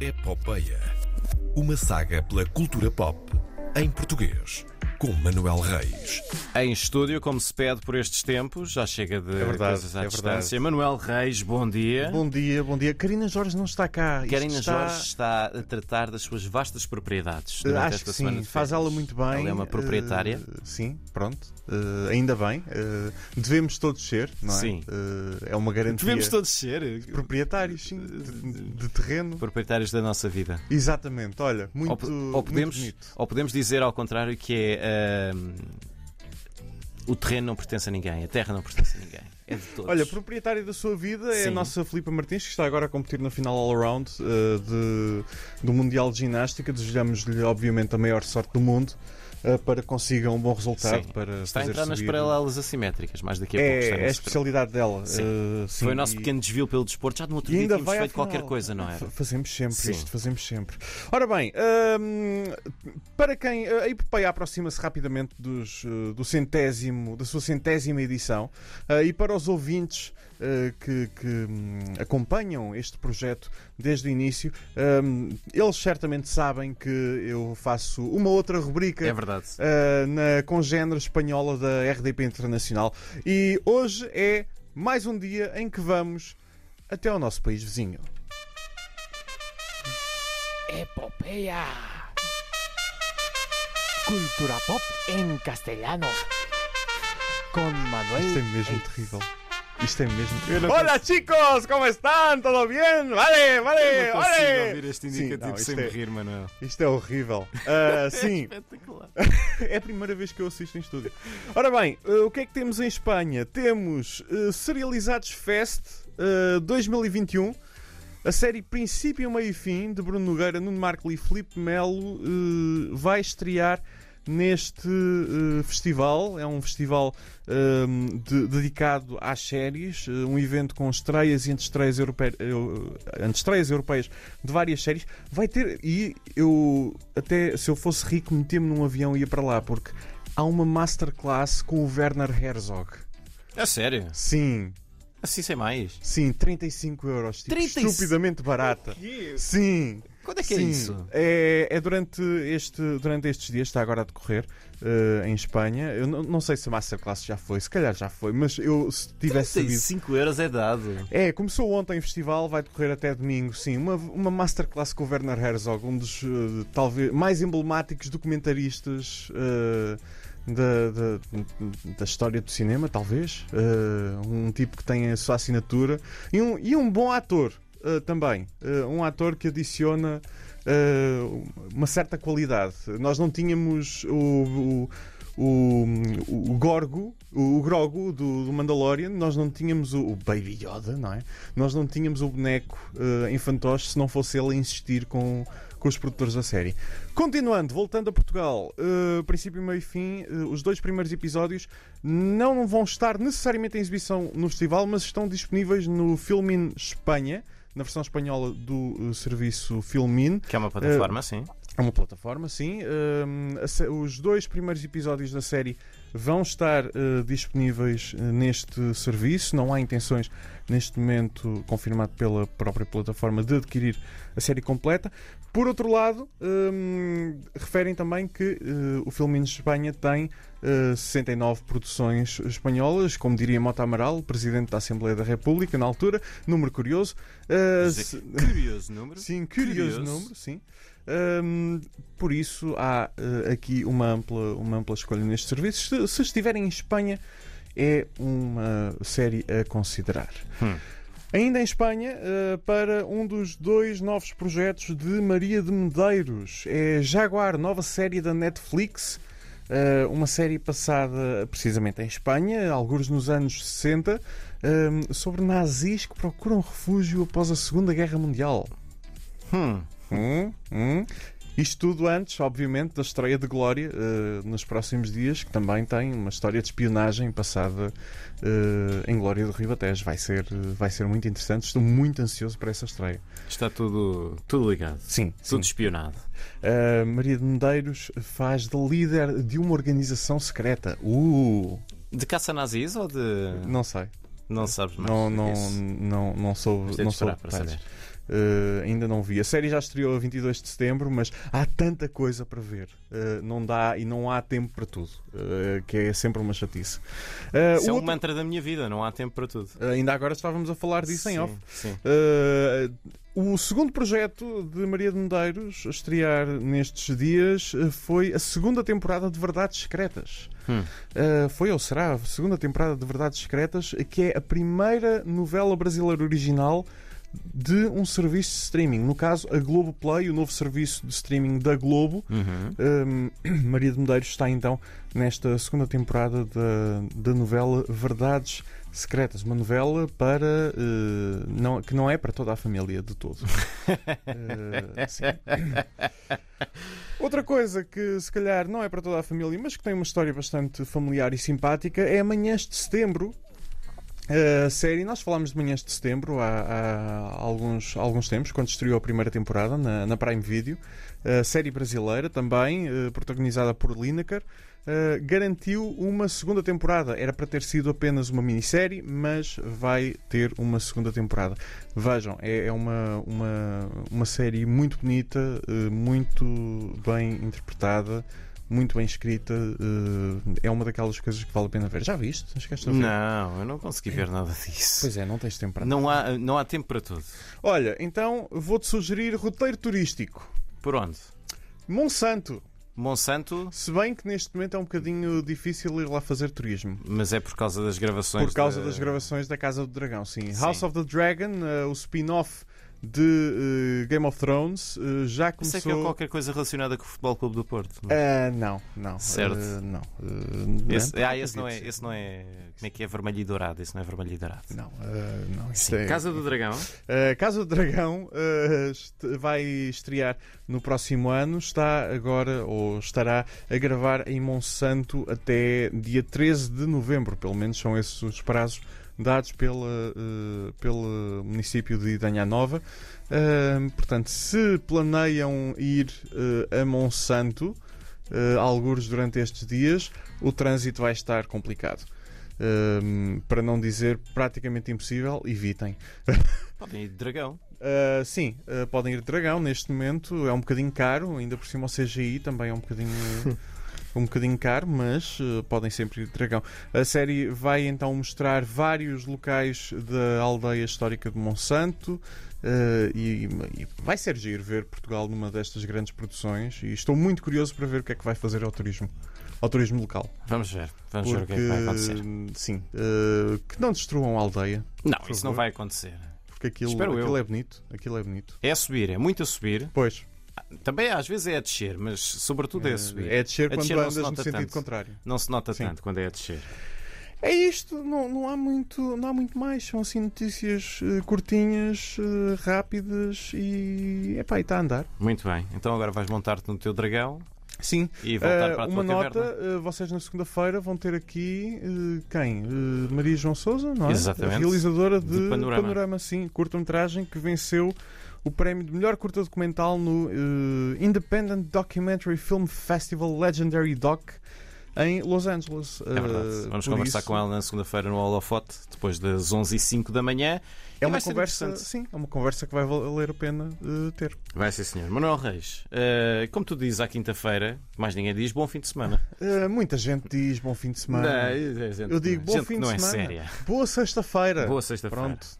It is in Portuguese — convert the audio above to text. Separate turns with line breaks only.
Epopeia. É Uma saga pela cultura pop em português, com Manuel Reis.
Em estúdio, como se pede por estes tempos, já chega de
verdade,
coisas à
é verdade.
distância. Manuel Reis, bom dia.
Bom dia, bom dia. Karina Jorge não está cá. Isto
Karina
está...
Jorge está a tratar das suas vastas propriedades.
Eh,
durante
Acho
esta
que
semana
sim,
de
faz
férias.
ela muito bem.
Ela é uma proprietária.
Eh, sim, pronto. Eh, ainda bem. Eh, devemos todos ser, não é?
Sim.
Eh, é uma garantia.
Devemos todos ser eh,
Proprietários, sim, de, de terreno.
proprietários da nossa vida.
Exatamente, olha, muito,
ou, po- ou podemos,
muito bonito.
ou podemos dizer ao contrário que é. ahm, o terreno não pertence a ninguém, a terra não pertence a ninguém. É de todos.
Olha, proprietária da sua vida é
Sim.
a nossa Filipa Martins, que está agora a competir na final all-around eh, de- do Mundial de Ginástica. Desejamos-lhe, obviamente, a maior sorte do mundo eh, para que consiga um bom resultado.
Sim.
Para
está a
fazer
entrar nas
subir.
paralelas assimétricas, mais daqui a pouco.
É,
está
é a
nesse-
especialidade dela.
Sim.
eh, sim,
Foi o nosso
e-
pequeno desvio pelo desporto. Já no outro
e
dia
ainda
tínhamos
vai à
feito qualquer
final.
coisa, não
Fa-
era?
Fazemos sempre
Sim.
isto, fazemos sempre. Ora bem, hum, para quem. eh, A Epopeia aproxima-se rapidamente dos, eh, do centésimo, da sua centésima edição, eh, e para os ouvintes eh, que, que, hum, acompanham este projeto desde o início, hum, eles certamente sabem que eu faço uma outra rubrica
É verdade.
uh, na congénere espanhola da RDP Internacional. E hoje é mais um dia em que vamos até ao nosso país vizinho.
Epopeya. Cultura pop en castellano. Con Manuel.
Isto é mesmo
Reis.
terrível. Isto é mesmo
Eu não
terrível. Olá, chicos! Como estão? Tudo bem? Vale, vale, vale!
este
É, Sim, indicativo não, isto sem é- me
rir, Manuel.
Isto é horrível. Ah, sim,
Espetacular.
é a primeira vez que eu assisto em estúdio. Ora bem, eh, o que é que temos em Espanha? Temos eh, Serializados Fest eh, 2021, a série Princípio, Meio e Fim, de Bruno Nogueira, Nuno Marco e Filipe Melo, eh, vai estrear neste eh, festival. É um festival ehm, de- dedicado às séries, eh, um evento com estreias e antestreias, europe... eh, antestreias europeias de várias séries. Vai ter, e eu até se eu fosse rico, metia-me num avião e ia para lá, porque há uma masterclass com o Werner Herzog.
É sério?
Sim,
Assim sem mais?
sim, 35 euros. Tipo,
35?
Estupidamente barata. Sim.
Quando é que é
Sim,
isso?
É, é durante, este, durante estes dias, está agora a decorrer eh, em Espanha. Eu não, não sei se a Masterclass já foi, se calhar já foi, mas eu se tivesse sabido.
35 euros é dado.
É, começou ontem o festival, vai decorrer até domingo, sim. Uma, uma masterclass com o Werner Herzog, um dos eh, talvez mais emblemáticos documentaristas eh, da, da, da história do cinema, talvez. Eh, um tipo que tem a sua assinatura e um, e um bom ator eh, também. Eh, um ator que adiciona eh, uma certa qualidade. Nós não tínhamos o- o o, o Gorgo, o, o Grogo do, do Mandalorian, nós não tínhamos o, o Baby Yoda, não é? Nós não tínhamos o boneco eh, em fantoche se não fosse ele a insistir com, com os produtores da série. Continuando, voltando a Portugal, eh, princípio, meio e fim, eh, os dois primeiros episódios não vão estar necessariamente em exibição no festival, mas estão disponíveis no Filmin Espanha, na versão espanhola do eh, serviço Filmin.
Que é uma plataforma, sim.
É uma plataforma, sim. Hum, a sé- os dois primeiros episódios da série vão estar eh, disponíveis eh, neste serviço. Não há intenções, neste momento, confirmado pela própria plataforma, de adquirir a série completa. Por outro lado, hum, referem também que eh, o Filmin de Espanha tem eh, 69 produções espanholas, como diria Mota Amaral, Presidente da Assembleia da República, na altura, número curioso. Eh,
é
se-
Curioso número.
Sim, curioso,
Curioso.
número, sim. Hum, por isso há eh, aqui uma ampla, uma ampla escolha nestes serviços. Se, se estiverem em Espanha, é uma série a considerar.
Hum.
Ainda em Espanha, eh, para um dos dois novos projetos de Maria de Medeiros. É Jaguar, nova série da Netflix. eh, uma série passada precisamente em Espanha, alguns nos anos 60, eh, sobre nazis que procuram refúgio após a Segunda Guerra Mundial.
Hum.
Hum, hum. Isto tudo antes, obviamente, da estreia de Glória eh, nos próximos dias, que também tem uma história de espionagem passada eh, em Glória do Ribatejo. Vai ser, eh, vai ser muito interessante. Estou muito ansioso para essa estreia.
Está tudo, tudo ligado.
Sim,
Tudo espionado.
Eh, Maria de Medeiros faz de líder de uma organização secreta. Uh,
De caça nazis ou de.
não sei.
Não sabes mais.
Não,
do que
não,
isso?
não, não soube.
Mas tens
não
de esperar
soube
para
detalhes.
saber.
eh, ainda não vi. A série já estreou a 22 de setembro, mas há tanta coisa para ver. Eh, não dá e não há tempo para tudo, eh, que é sempre uma chatice. Eh,
Isso é
o
um
outro- Eh,
mantra da minha vida, não há tempo para tudo.
Ainda agora estávamos a falar disso é em
Sim,
off.
Sim.
Uh, o segundo projeto de Maria de Medeiros a estrear nestes dias uh, foi a segunda temporada de Verdades Secretas.
Hum.
Uh, foi ou será a segunda temporada de Verdades Secretas, que é a primeira novela brasileira original de um serviço de streaming. No caso, a Globo Play, o novo serviço de streaming da Globo.
Uhum.
Um, Maria de Medeiros está então nesta segunda temporada da, da novela Verdades Secretas, uma novela para eh, não, que não é para toda a família de todo. Eh, sim. Outra coisa que se calhar não é para toda a família, mas que tem uma história bastante familiar e simpática é Manhãs de Setembro. A série, nós falámos de Manhãs de Setembro há, há alguns, há alguns tempos, quando estreou a primeira temporada na, na Prime Video. A série brasileira também, eh, protagonizada por Lineker, eh, garantiu uma segunda temporada. Era para ter sido apenas uma minissérie, mas vai ter uma segunda temporada. Vejam, é, é uma, uma, uma série muito bonita, eh, muito bem interpretada, muito bem escrita. eh, é uma daquelas coisas que vale a pena ver. Já viste? Não esqueces de ver?
Não, eu não consegui ver nada disso.
Pois é, não tens tempo para.
Não há, não há tempo para tudo.
Olha, então vou-te sugerir roteiro turístico.
Por onde?
Monsanto.
Monsanto,
Se bem que neste momento é um bocadinho difícil ir lá fazer turismo.
mas é por causa das gravações.
Por causa
da-
das gravações da Casa do Dragão, sim.
Sim.
House of the Dragon, eh, o spin-off de eh, Game of Thrones, eh, já
Pensei
começou.
que é qualquer coisa relacionada com o Futebol Clube do Porto. não é?
Ah, não, não.
Certo.
Ah, não. Ah,
Esse,
não,
ah, esse não é,
acredito.
esse não é. Como é que é? Vermelho e dourado. Esse não é vermelho e dourado.
Não, ah, não. isto
Sim.
é-
Casa do Dragão.
Uh, Casa do Dragão uh, est- vai estrear no próximo ano. Está agora, ou estará a gravar em Monsanto até dia 13 de novembro. Pelo menos são esses os prazos dados pela, uh, pelo município de Idanha Nova. Uh, portanto, se planeiam ir uh, a Monsanto, uh, algures durante estes dias, o trânsito vai estar complicado. Um, para não dizer praticamente impossível, evitem.
Podem ir de dragão.
Uh, sim, uh, podem ir de dragão neste momento. É um bocadinho caro, ainda por cima o CGI também é um bocadinho. Um bocadinho caro, mas uh, podem sempre ir de dragão. A série vai então mostrar vários locais da aldeia histórica de Monsanto uh, e, e vai ser giro ver Portugal numa destas grandes produções. E estou muito curioso para ver o que é que vai fazer ao turismo, ao turismo local.
Vamos ver. Vamos ver o que
Porque,
é que vai acontecer.
sim, uh, que não destruam a aldeia,
Não, isso não
favor.
vai acontecer.
porque aquilo,
Espero eu.
aquilo é bonito. Aquilo é bonito.
É a subir, é muito a subir.
Pois.
Também às vezes é a descer, mas sobretudo é a subir.
É descer
A
quando
descer não
andas
se
no
nota
sentido
tanto.
contrário.
Não se nota
Sim.
tanto quando é a descer.
É isto, não, não, há muito, não há muito mais. São assim notícias eh, curtinhas, eh, rápidas e. Epá, e está a andar.
Muito bem. Então agora vais montar-te no teu dragão
Sim.
e voltar para a tua
Eh, uma nota,
caverna.
eh, vocês na segunda-feira vão ter aqui eh, quem? Eh, Maria João Souza, não é?
Exatamente.
A realizadora de,
De Panorama.
sim, curta-metragem que venceu o prémio de melhor curta documental no eh, Independent Documentary Film Festival Legendary Doc em Los Angeles. Eh,
É verdade. Vamos conversar com ela na segunda-feira no Holofote, depois das 11h05 da manhã.
É
E
uma
vai ser
conversa,
interessante.
sim, é uma conversa que vai valer a pena eh, ter.
Vai ser, senhor. Manuel Reis, eh, como tu dizes à quinta-feira, mais ninguém diz, bom fim de semana.
Eh, muita gente diz bom fim de semana.
Não, é gente-
Eu digo, bom
gente
fim
que
de
não é
semana.
séria.
Boa sexta-feira.
Boa sexta-feira.
Pronto.